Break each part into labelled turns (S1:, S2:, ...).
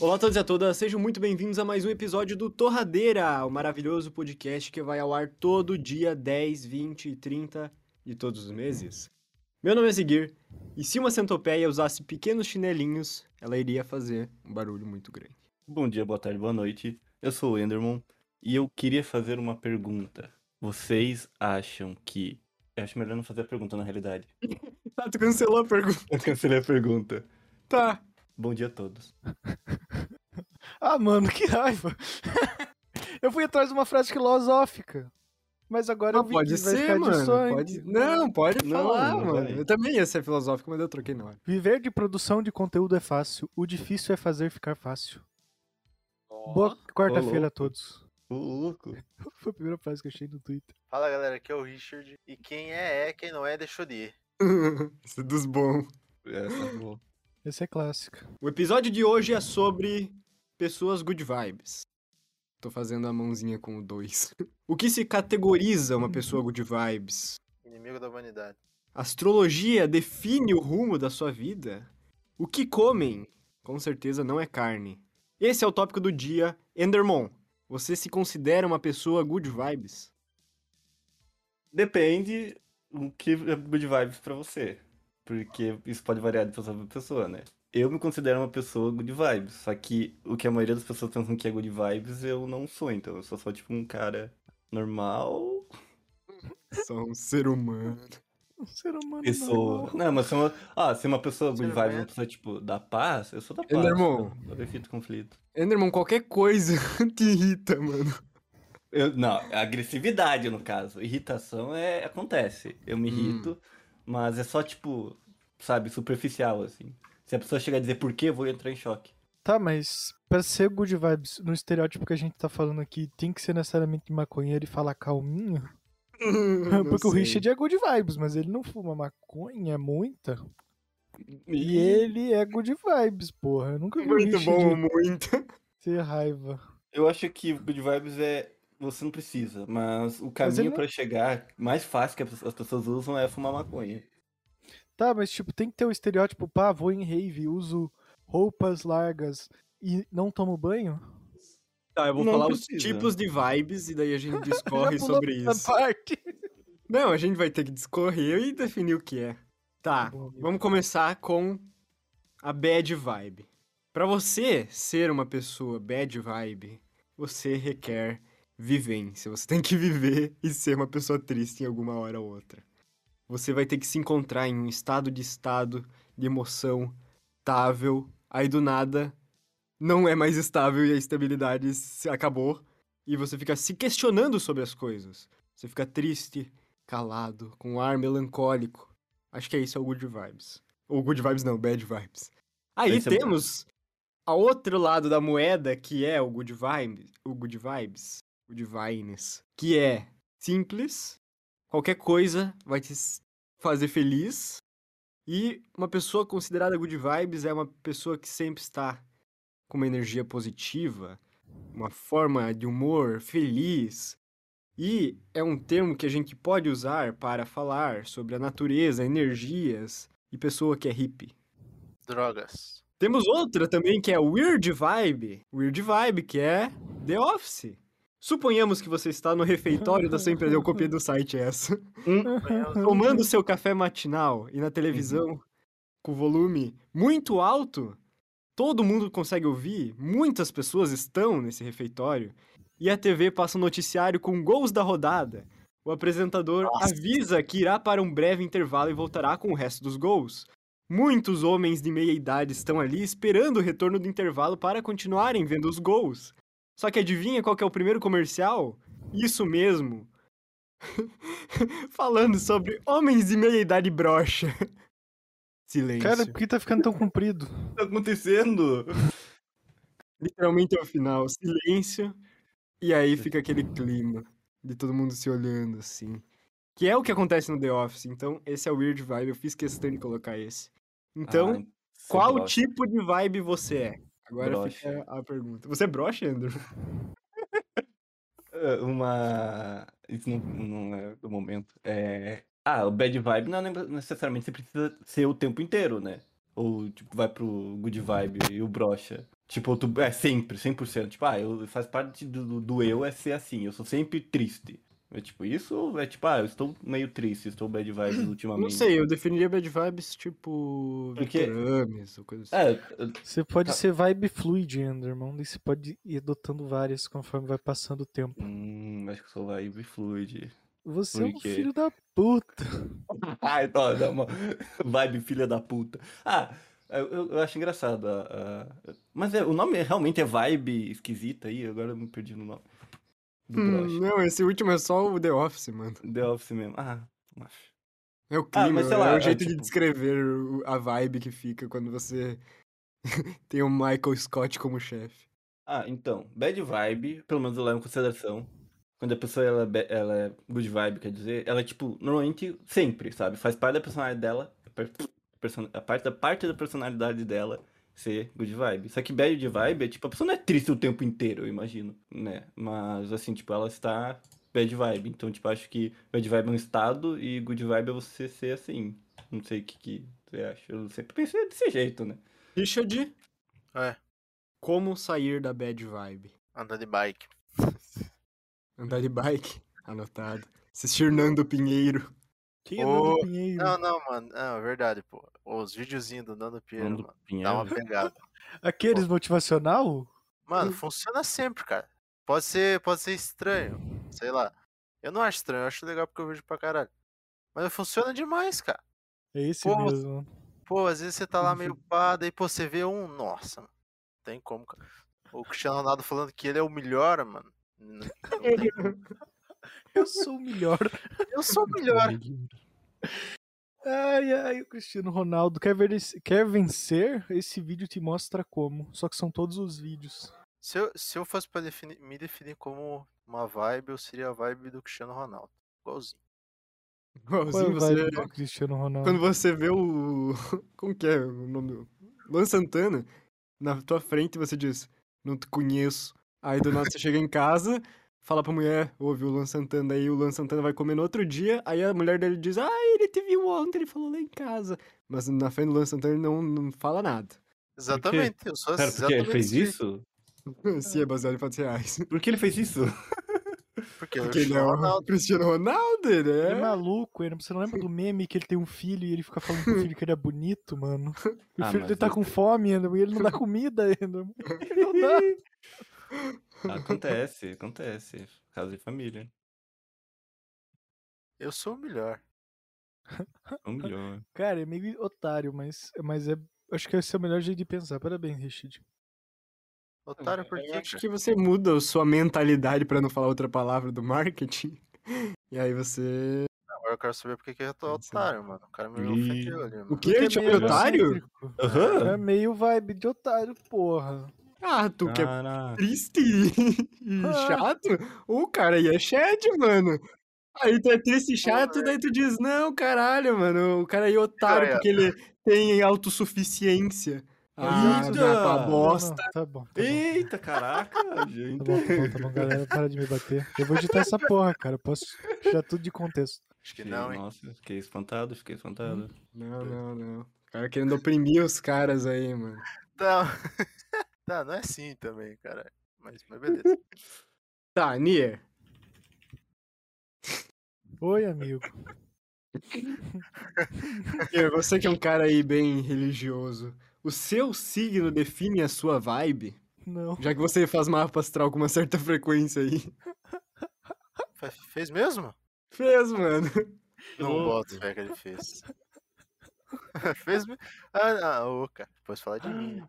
S1: Olá a todos e a todas, sejam muito bem-vindos a mais um episódio do Torradeira, o maravilhoso podcast que vai ao ar todo dia 10, 20 e 30 de todos os meses. Meu nome é Seguir, e se uma centopeia usasse pequenos chinelinhos, ela iria fazer um barulho muito grande.
S2: Bom dia, boa tarde, boa noite. Eu sou o Enderman e eu queria fazer uma pergunta. Vocês acham que. Eu acho melhor não fazer a pergunta na realidade.
S1: Tá, tu cancelou a pergunta.
S2: Eu cancelei a pergunta.
S1: Tá.
S2: Bom dia a todos.
S3: Ah, mano, que raiva. eu fui atrás de uma frase filosófica. Mas agora eu
S1: Não,
S3: vi
S1: Ah, pode
S3: que vai
S1: ser,
S3: ficar
S1: mano.
S3: disso ainda.
S1: Pode... Não, pode
S2: Não,
S1: falar,
S2: não
S1: mano.
S2: vai.
S1: Eu também ia ser filosófico, mas eu troquei na hora.
S3: Viver de produção de conteúdo é fácil. O difícil é fazer ficar fácil. Boa quarta-feira
S2: louco.
S3: a todos.
S2: Ô, louco.
S3: Foi a primeira frase que eu achei no Twitter.
S4: Fala galera, aqui é o Richard. E quem é, é, quem não é, deixou de ir.
S1: Isso é dos bons.
S2: É, tá bom.
S3: Essa é clássica.
S1: O episódio de hoje é sobre pessoas good vibes. Tô fazendo a mãozinha com o 2. O que se categoriza uma pessoa good vibes?
S4: Inimigo da humanidade.
S1: Astrologia define o rumo da sua vida? O que comem? Com certeza não é carne. Esse é o tópico do dia. Endermon, você se considera uma pessoa good vibes?
S2: Depende o que é good vibes pra você. Porque isso pode variar de pessoa pra pessoa, né? Eu me considero uma pessoa good vibes, só que o que a maioria das pessoas pensam que é good vibes, eu não sou, então eu sou só tipo um cara normal,
S1: Sou um ser humano.
S3: Um ser humano
S2: pessoa.
S3: normal.
S2: Não, mas se uma, ah, se uma pessoa good
S4: Ser
S2: vibes, uma
S4: humano.
S2: pessoa tipo da paz, eu sou da paz.
S1: Ele é bom.
S2: eu- Eu evito conflito.
S1: Endermon, qualquer coisa te irrita, mano.
S2: Eu, não, é agressividade no caso. Irritação é acontece. Eu me
S1: Hum.
S2: irrito, mas é só tipo, sabe, superficial assim. Se a pessoa chegar a dizer por quê, eu vou entrar em choque.
S3: Tá, mas pra ser good vibes, no estereótipo que a gente tá falando aqui, tem que ser necessariamente maconheiro e falar calminho?
S1: Não
S3: Porque o
S1: sei.
S3: Richard é good vibes, mas ele não fuma maconha é muita. E
S2: Ih.
S3: ele é good vibes, porra. Eu nunca vi é o
S1: Muito
S3: Richard
S1: bom, muito.
S3: ter raiva.
S2: Eu acho que good vibes é você não precisa, mas o
S3: ele
S2: caminho
S3: não-
S2: pra chegar mais fácil que as as pessoas usam é fumar maconha.
S3: Tá, mas tipo, tem que ter o estereótipo, pá, vou em rave, uso roupas largas e não tomo banho?
S1: Tá, eu vou
S2: Não
S1: falar os
S2: precisa.
S1: tipos de vibes e daí a gente discorre
S3: Já pulou
S1: sobre
S3: essa
S1: isso.
S3: parte.
S1: Não, a gente vai ter que discorrer e definir o que é. Tá,
S3: Bom, amigo.
S1: vamos começar com a bad vibe. Pra você ser uma pessoa bad vibe, você requer vivência. Você tem que viver e ser uma pessoa triste em alguma hora ou outra. Você vai ter que se encontrar em um estado de estado, de emoção, estável. Aí do nada, não é mais estável e a estabilidade se acabou. E você fica se questionando sobre as coisas. Você fica triste, calado, com um ar melancólico. Acho que é isso, é o Good Vibes. Ou Good Vibes não, Bad Vibes. Aí
S2: Esse é bom.
S1: temos a outro lado da moeda, que é o Good Vibes, o Good Vibes, o Divines, que é simples, qualquer coisa vai te s- fazer feliz. E uma pessoa considerada Good Vibes é uma pessoa que sempre está com uma energia positiva, uma forma de humor feliz, e é um termo que a gente pode usar para falar sobre a natureza, energias e pessoa que é hippie.
S4: Drogas.
S1: Temos outra também que é Weird Vibe. Weird Vibe, que é The Office. Suponhamos que você está no refeitório da sua empresa. Eu copiei do site essa. É, Tomando seu café matinal e na televisão com volume muito alto, todo mundo consegue ouvir, muitas pessoas estão nesse refeitório e a TV passa um noticiário com gols da rodada. O apresentador avisa que irá para um breve intervalo e voltará com o resto dos gols. Muitos homens de meia idade estão ali esperando o retorno do intervalo para continuarem vendo os gols. Só que adivinha qual que é o primeiro comercial? Isso mesmo. Falando sobre homens de meia idade broxa. Silêncio.
S3: Cara, por que tá ficando tão comprido?
S2: O que tá acontecendo?
S1: Literalmente é o final. Silêncio. E aí fica aquele clima de todo mundo se olhando assim. Que é o que acontece no The Office. Então, esse é o Weird Vibe. Eu fiz questão de colocar esse. Então,
S2: Ah,
S1: qual
S2: broxa.
S1: tipo de vibe você é? Agora
S2: Broxa.
S1: fica a pergunta. Você é broxa, Andrew?
S2: É, Uma. Isso não, não é do momento. É... Ah, o bad vibe não é ne- necessariamente você precisa ser o tempo inteiro, né? Ou tipo, vai pro good vibe e o brocha. Tipo, tu, é sempre, 100%. Tipo, ah, eu, faz parte do, do- do eu é ser assim, eu sou sempre triste. É tipo, isso ou é tipo, ah, eu estou meio triste, estou bad vibes ultimamente.
S1: Não sei, eu definiria bad vibes tipo.
S2: Porque-
S1: Victor Ames, ou coisa assim.
S2: É, eu-
S3: Você pode
S2: Tá.
S3: ser vibe fluid, Enderman, e você pode ir adotando várias conforme vai passando o tempo.
S2: hum, acho que eu sou vibe fluid.
S3: Você é
S2: Por
S3: um
S2: quê?
S3: filho da puta.
S2: Ai, não, dá uma vibe filha da puta. Ah, eu, eu- eu acho engraçado. a- a- Mas é, o nome é- realmente é vibe esquisita aí, agora eu me perdi no nome. Do
S1: Hum,
S2: broche.
S1: não, esse último é só o The Office, mano.
S2: The Office mesmo. Ah, macho.
S1: É o
S2: Ah,
S1: clima,
S2: mas sei
S1: é
S2: lá,
S1: o jeito
S2: é,
S1: de
S2: tipo-
S1: descrever o- a vibe que fica quando você tem o Michael Scott como chefe.
S2: Ah, então, bad vibe, pelo menos eu levo em consideração. Quando a pessoa ela é, ba- ela é good vibe, quer dizer, ela é tipo, normalmente, sempre, sabe? Faz parte da personalidade dela, a per- person- a parte da parte da personalidade dela ser good vibe. Só que bad vibe é tipo, a pessoa não é triste o tempo inteiro, eu imagino, né? Mas assim, tipo, ela está bad vibe. Então, tipo, acho que bad vibe é um estado e good vibe é você ser assim. Não sei o que, que você acha. Eu sempre pensei desse jeito, né?
S1: Richard?
S4: É.
S1: Como sair da bad vibe?
S4: Andar de bike.
S1: Andar de bike? Anotado. Assistir Nando Pinheiro.
S3: Quem é Nando
S4: Ô,
S3: Pinheiro?
S1: tá.
S4: Não, não, mano. Não, é verdade, pô. Os videozinhos do Nando Pinheiro,
S2: Nando
S4: mano. Dá uma pegada.
S3: Aqueles motivacional?
S4: Mano, funciona sempre, cara. Pode ser, pode ser estranho. Sei lá. Eu não acho estranho, eu acho legal porque eu vejo pra caralho. Mas funciona demais, cara.
S3: É esse
S4: Pô,
S3: mesmo.
S4: Pô, às vezes você tá lá meio pá, daí pô, você vê um, nossa, mano, não tem como, cara. O Cristiano Ronaldo falando que ele é o melhor, mano. Não- não tem como.
S3: Eu sou o melhor.
S4: Eu sou é o melhor.
S3: Ai, ai, o Cristiano Ronaldo quer, ver esse- quer vencer? Esse vídeo te mostra como. Só que são todos os vídeos.
S4: Se eu, se eu fosse pra definir, me definir como uma vibe, eu seria a vibe do Cristiano Ronaldo. Igualzinho.
S3: Qual é
S1: Igualzinho Assim
S3: o
S1: você.
S3: vibe do Cristiano Ronaldo?
S1: Quando você vê o. Como que é o nome? do- Luan Santana, na tua frente você diz, não te conheço. Aí do nada você chega em casa, fala pra mulher, ouve o Luan Santana, aí o Luan Santana vai comer no outro dia, aí a mulher dele diz, ah, ele te viu ontem, ele falou lá em casa. Mas na frente do Luan Santana ele não, não fala nada.
S4: Exatamente, eu sou
S2: Pera, porque ele
S4: exatamente
S2: fez
S4: assim,
S2: isso?
S1: Se é baseado em fatos reais.
S2: Por que ele fez isso?
S4: Porque
S1: Porque ele
S4: ele é o
S1: é
S4: Cristiano
S1: o
S4: Ronaldo.
S1: Cristiano Ronaldo,
S3: Ele é
S1: né?
S3: maluco, ele, você não lembra do meme que ele tem um filho e ele fica falando pro filho que ele é bonito, mano? E o
S2: Ah,
S3: filho dele
S2: mas
S3: tá
S2: ele-
S3: com fome ainda, e ele não dá comida ainda. Ele não dá.
S2: Acontece, acontece. Casa de família.
S4: Eu sou o melhor.
S2: É o melhor.
S3: Cara, é meio otário, mas, mas é, acho que esse é o melhor jeito de pensar. Parabéns, Richard.
S4: Otário, por
S1: Eu
S3: né,
S4: quê?
S1: acho
S4: cara?
S1: que você muda a sua mentalidade pra não falar outra palavra do marketing. E aí você.
S4: Agora eu quero saber por que que eu tô
S1: Sim.
S4: otário, mano. O cara me
S2: Ih.
S4: ofendeu ali, mano.
S1: O quê? Ele
S3: Porque
S1: te
S3: é
S1: chamou
S3: meio
S1: de otário?
S3: egocêntrico. É
S2: Aham!
S3: meio vibe de otário, porra.
S1: Ah, tu que é
S2: Caraca.
S1: triste e e
S3: Ah.
S1: chato? O cara aí é Chad, mano. Aí tu é triste e chato, daí tu diz, não, caralho, mano, o cara aí é otário
S4: Olha.
S1: porque ele tem autossuficiência. Ah,
S2: Eita!
S1: dá pra
S3: Não, não,
S1: bosta.
S3: Tá bom. Tá bom.
S2: Eita, caraca, gente.
S3: Tá bom, tá bom, tá bom, galera, para de me bater. Eu vou editar essa porra, cara. Eu posso tirar tudo de contexto.
S4: Acho que não, hein?
S2: Nossa, fiquei espantado, fiquei espantado.
S3: Hum.
S1: Não, não, não. O cara querendo oprimir os caras aí, mano.
S4: Não. Tá, não é assim também, cara. Mas, mas beleza.
S1: Tá, Nier.
S3: Oi, amigo.
S1: Nier, você que é um cara aí bem religioso, o seu signo define a sua vibe?
S3: Não.
S1: Já que você faz mapa astral com uma certa frequência aí.
S4: Fe- Fez mesmo?
S1: Fez, mano.
S4: Não boto fé que ele fez. fez me... Ah, não, ô, cara. Depois fala de mim. né?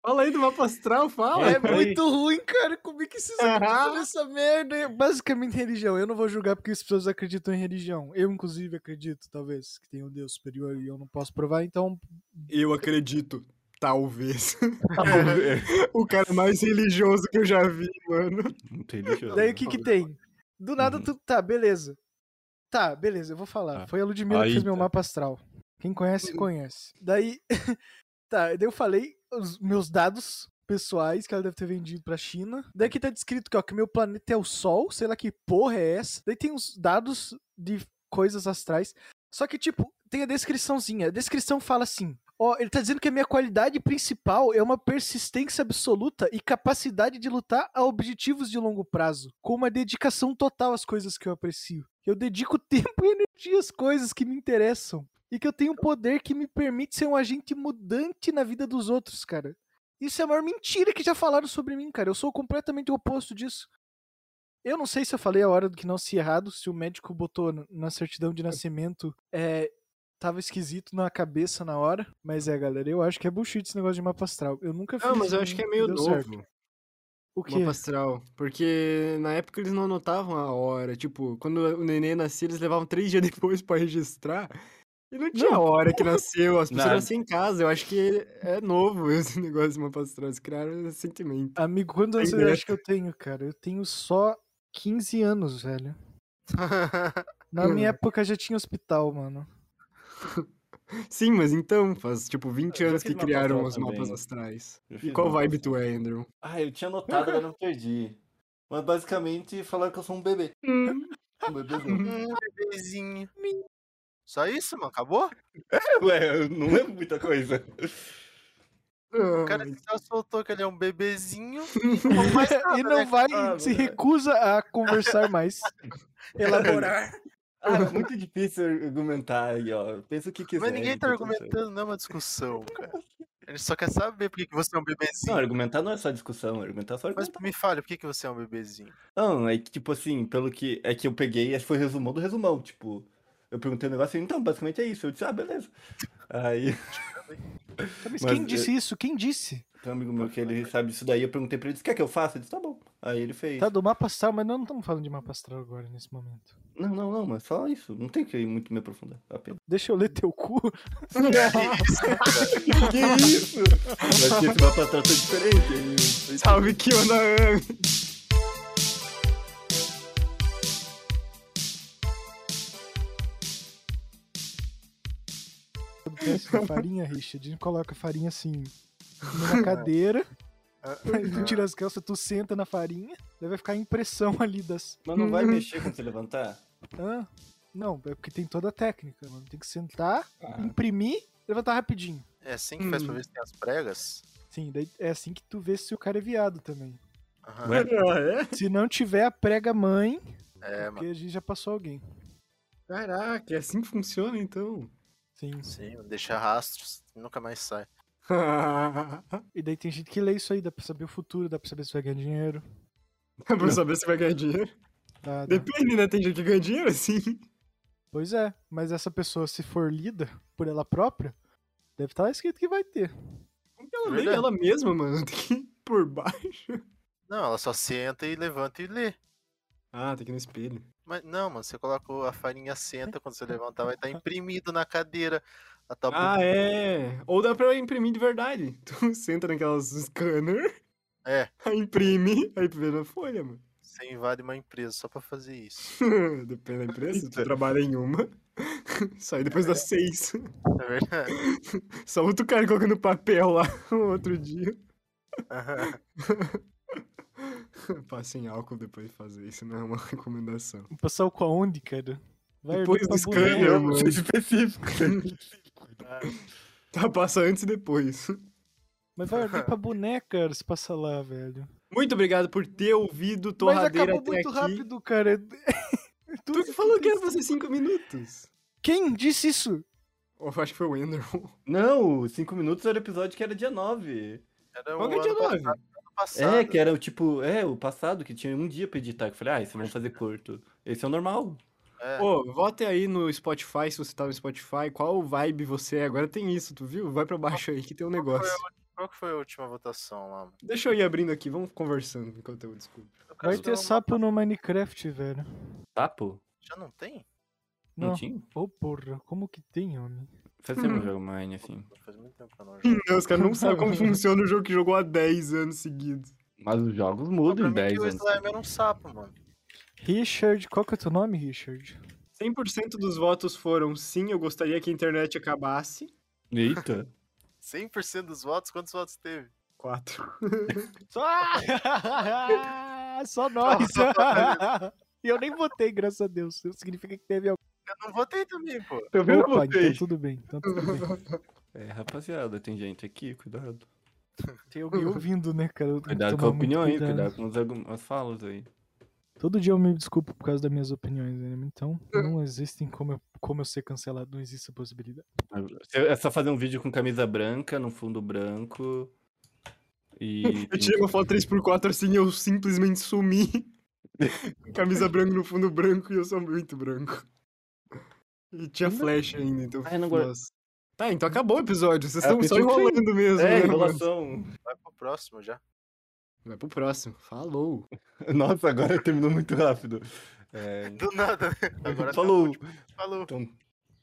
S1: Fala aí do mapa astral, fala.
S2: É muito
S3: ruim, cara. Como é que vocês
S1: acreditam
S3: nessa merda? Basicamente religião. Eu não vou julgar porque as pessoas acreditam em religião. Eu, inclusive, acredito, talvez, que tem um Deus superior e eu não posso provar, então.
S1: Eu acredito. Talvez.
S2: Tá
S1: o cara mais religioso que eu já vi, mano.
S2: Muito religioso.
S3: Daí o que que tem? Do nada
S2: Uhum.
S3: tu. Tá, beleza. Tá, beleza, eu vou falar.
S2: Tá.
S3: Foi a Ludmilla que fez
S2: Aí
S3: meu
S2: tá.
S3: mapa astral. Quem conhece, conhece. Daí. tá, daí eu falei os meus dados pessoais que ela deve ter vendido pra China. Daí aqui tá descrito que, ó, que meu planeta é o Sol, sei lá que porra é essa. Daí tem uns dados de coisas astrais. Só que, tipo, tem a descriçãozinha. A descrição fala assim: Ó, ele tá dizendo que a minha qualidade principal é uma persistência absoluta e capacidade de lutar a objetivos de longo prazo, com uma dedicação total às coisas que eu aprecio. Eu dedico tempo e energia às coisas que me interessam. E que eu
S1: Então
S3: tenho um poder que me permite ser um agente mudante na vida dos outros, cara. Isso é a maior mentira que já falaram sobre mim, cara. Eu sou completamente o oposto disso. Eu não sei se eu falei a hora do que não se errado, se o médico botou n- na certidão de nascimento. É, tava esquisito na cabeça na hora. Mas é, galera, eu acho que é bullshit esse negócio de mapa astral. Eu nunca fiz.
S1: Não, mas eu
S3: nenhum
S1: acho que é meio
S3: deu
S1: novo.
S3: certo. O quê?
S1: Mapa astral. Porque na época eles não anotavam a hora. Tipo, quando o neném nascia, eles levavam três dias depois pra registrar. E não tinha a hora que nasceu. As pessoas
S2: Não.
S1: nasciam em casa. Eu acho que é novo esse negócio de mapa astral. Eles criaram recentemente.
S3: Amigo, quantos anos
S1: Sem
S3: você
S1: ideia.
S3: acha que eu tenho, cara? Eu tenho só 15 anos, velho. Na
S1: Hum.
S3: minha época já tinha hospital, mano.
S1: Sim, mas então, faz tipo 20
S2: Eu já
S1: anos
S2: fiz
S1: que
S2: mapa
S1: criaram
S2: astral
S1: os mapas
S2: também.
S1: astrais.
S2: Eu
S1: E
S2: fiz um.
S1: qual
S2: mapa
S1: vibe
S2: astral.
S1: tu é, Andrew?
S2: Ah, eu tinha notado, agora eu perdi. Mas basicamente falaram que eu sou um bebê. Um bebê
S4: Hum, bebezinho. Só isso, mano? Acabou?
S2: Ué, não é muita coisa.
S4: O cara
S1: Ah, Ai,
S4: só soltou que ele é um bebezinho e não falou mais nada,
S3: e não
S4: né?
S3: vai,
S2: cara?
S3: se recusa a conversar mais.
S2: é
S4: elaborar.
S2: Ah, é muito difícil argumentar aí, ó. Pensa o que quiser.
S4: Mas ninguém tá
S2: aí, tá tudo certo.
S4: argumentando, não é uma discussão, cara. Ele só quer saber por que, que você é um bebezinho.
S2: Não, argumentar não é só discussão, argumentar é só
S4: Mas
S2: argumentar.
S4: me fale, por que, que você é um bebezinho?
S2: Não, é que, tipo assim, pelo que é que eu peguei, acho que foi resumão do resumão, tipo, eu perguntei um negócio, então, basicamente é isso. Eu disse, ah, beleza. Aí,
S3: Mas,
S2: Mas
S3: quem
S2: eu-
S3: disse isso? Quem disse?
S2: tem um amigo meu que ele sabe disso daí, eu perguntei pra ele, "Você quer que eu faça? Ele disse, tá bom. Aí ele fez.
S3: Tá do mapa astral, mas nós não estamos falando de mapa astral agora, nesse momento.
S2: Não, não, não, mas só isso. Não tem que ir muito me aprofundar. Apenas.
S3: Deixa eu ler teu cu.
S2: que isso? Mas que esse mapa astral tá diferente. ele-
S1: Salve, Kyonaami!
S3: Podcast da farinha, Richard. A gente coloca a farinha assim, numa cadeira.
S4: Ah,
S3: Aí
S4: é.
S3: tu tira as calças, tu senta na farinha. Daí vai ficar a impressão ali das.
S2: Mas não vai mexer quando você levantar?
S3: Hã? Não, é porque tem toda a técnica, mano. Tem que sentar,
S2: Ah.
S3: imprimir, levantar rapidinho.
S4: É assim que faz pra
S1: Hum.
S4: ver se tem as pregas?
S3: Sim, daí é assim que tu vê se o cara é viado também.
S4: Aham.
S2: Ué?
S1: Ah, é?
S3: Se não tiver a prega mãe,
S4: É, mano.
S3: porque a gente já passou alguém.
S1: Caraca, é assim que funciona então.
S3: Sim.
S4: Sim, deixa rastros, nunca mais sai.
S1: pra
S3: E daí tem gente que lê isso aí, dá pra saber o futuro, dá pra saber se vai ganhar dinheiro.
S1: saber se vai ganhar dinheiro.
S3: dá- dá.
S1: Depende, né? Tem gente que ganha dinheiro assim.
S3: Pois é, mas essa pessoa, se for lida por ela própria, deve estar escrito que vai ter.
S1: Como que ela lê
S4: Verdade.
S1: ela mesma, mano? Tem que ir por baixo.
S4: Não, ela só senta e levanta e lê.
S1: Ah, tem que ir no espelho.
S4: Mas não, mano, você coloca o- a farinha senta, quando você levantar vai estar imprimido na cadeira. A tua
S1: Ah,
S4: bunda-
S1: é. Ou dá pra imprimir de verdade. Tu senta naquelas scanner,
S4: é,
S1: aí imprime, aí tu vê na folha, mano.
S4: você invade uma empresa só pra fazer isso.
S1: Depende da empresa, tu
S2: Eita.
S1: trabalha em uma. Sai depois das seis.
S4: É verdade.
S1: Só outro cara colocando papel lá no outro dia.
S4: Aham.
S1: Passem álcool depois de fazer isso, não é uma recomendação.
S3: Vou Passar o cu aonde, cara? Vai
S1: Depois
S3: erguer
S1: do
S3: pra boneca.
S1: scanner. mano.
S2: Seja específico.
S1: Tá, passa antes e depois.
S3: Mas vai erguer pra boneca, cara, se passar lá, velho.
S1: Muito obrigado por ter ouvido Torradeira
S3: mas acabou
S1: até
S3: muito
S1: aqui.
S3: rápido, cara.
S1: Tu que falou que era pra ser 5 minutos.
S3: Quem disse isso?
S1: Eu acho que foi o Ender.
S2: Não, 5 minutos era o episódio que era dia 9.
S4: Era
S1: Qual
S4: o
S1: que é o dia
S4: ano
S1: 9?
S4: passado, ano passado.
S2: É, que era o tipo, é, o passado, que tinha um dia pra editar. que Eu falei, ah, esse vamos fazer curto. Esse é o normal.
S4: É.
S1: Pô, vote aí no Spotify, se você tá no Spotify, qual vibe você é. Agora tem isso, tu viu? Vai pra baixo aí que tem um negócio.
S4: Qual que foi a última votação lá? mano?
S1: Deixa eu ir abrindo aqui, vamos conversando enquanto eu desculpo.
S4: Eu quero
S3: Vai
S4: saber
S3: ter
S4: é uma-
S3: sapo no Minecraft, velho.
S2: Papo?
S4: Já não tem?
S2: tá, Não,
S3: Não.
S2: tinha?
S3: Ô, porra, como que tem, homem?
S2: Faz tempo que eu não jogo Mine, assim.
S4: Faz muito tempo que eu não jogo.
S1: Não, os caras não sabem como funciona o jogo que jogou há 10 anos seguidos.
S2: Mas os jogos
S4: Ah,
S2: mudam
S4: pra
S2: em
S4: mim
S2: 10
S4: que o
S2: anos.
S4: slime era um sapo, mano.
S3: Richard, qual que é o teu nome, Richard?
S1: 100% dos votos foram sim, eu gostaria que a internet acabasse.
S2: Eita.
S4: 100% dos votos, quantos votos teve?
S1: 4.
S3: Só, Só nós. E eu nem votei, graças a Deus. Isso significa que teve alguém.
S4: Eu não votei também, pô.
S2: Eu
S3: Opa, então tudo bem. Então tudo bem.
S2: É, rapaziada, tem gente aqui, cuidado.
S3: Tem alguém ouvindo, né, cara? Eu tenho que
S2: Cuidado com a
S3: tomar muito
S2: opinião aí, cuidado
S3: cuidado.
S2: com as, argu- as falas aí.
S3: Todo dia eu me desculpo por causa das minhas opiniões, né? Então, não existem como eu, como eu ser cancelado, não existe essa possibilidade.
S2: É só fazer um vídeo com camisa branca, no fundo branco. E.
S1: Eu tirei uma foto 3x4 assim e eu simplesmente sumi. Camisa branca no fundo branco e eu sou muito branco. E tinha flash ainda, então.
S2: Ah, eu não gosto.
S1: nossa. Tá, então acabou o episódio. Vocês
S2: É,
S1: estão só
S2: pensei que foi-
S1: enrolando mesmo.
S2: É,
S1: né, mano?
S2: enrolação.
S4: Vai pro próximo já.
S1: Vai pro próximo. Falou.
S2: Nossa, agora terminou muito rápido. É,
S4: Do nada. Agora tá
S2: Falou.
S4: Falou.
S2: Então.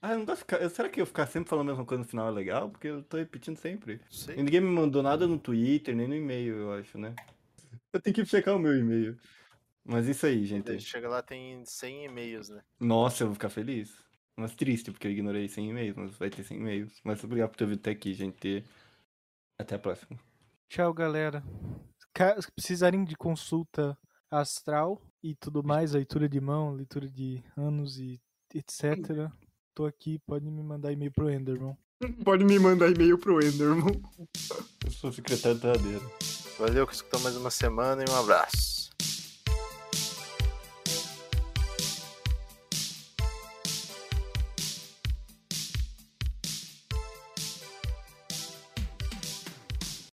S2: Ah, eu não gosto de ficar. Será que eu ficar sempre falando a mesma coisa no final é legal? Porque eu tô repetindo sempre. E
S4: Sei.
S2: ninguém me mandou nada no Twitter, nem no e-mail, eu acho, né? Eu tenho que checar o meu e-mail. Mas isso aí,
S4: Daí
S2: gente.
S4: Chega lá, tem 100 e-mails, né?
S2: Nossa, eu vou ficar feliz. Mas triste, porque eu ignorei 100 e-mails, mas vai ter 100 e-mails. Mas obrigado por ter ouvido até aqui, gente. Até a próxima.
S3: Tchau, galera. Ca- Se precisarem de consulta astral e tudo mais, leitura de mão, leitura de anos e etc. Tô aqui, pode me mandar e-mail pro Enderman.
S1: Pode me mandar e-mail pro Enderman.
S2: Eu sou secretário da Radeira.
S4: Valeu que escutou mais uma semana e um abraço.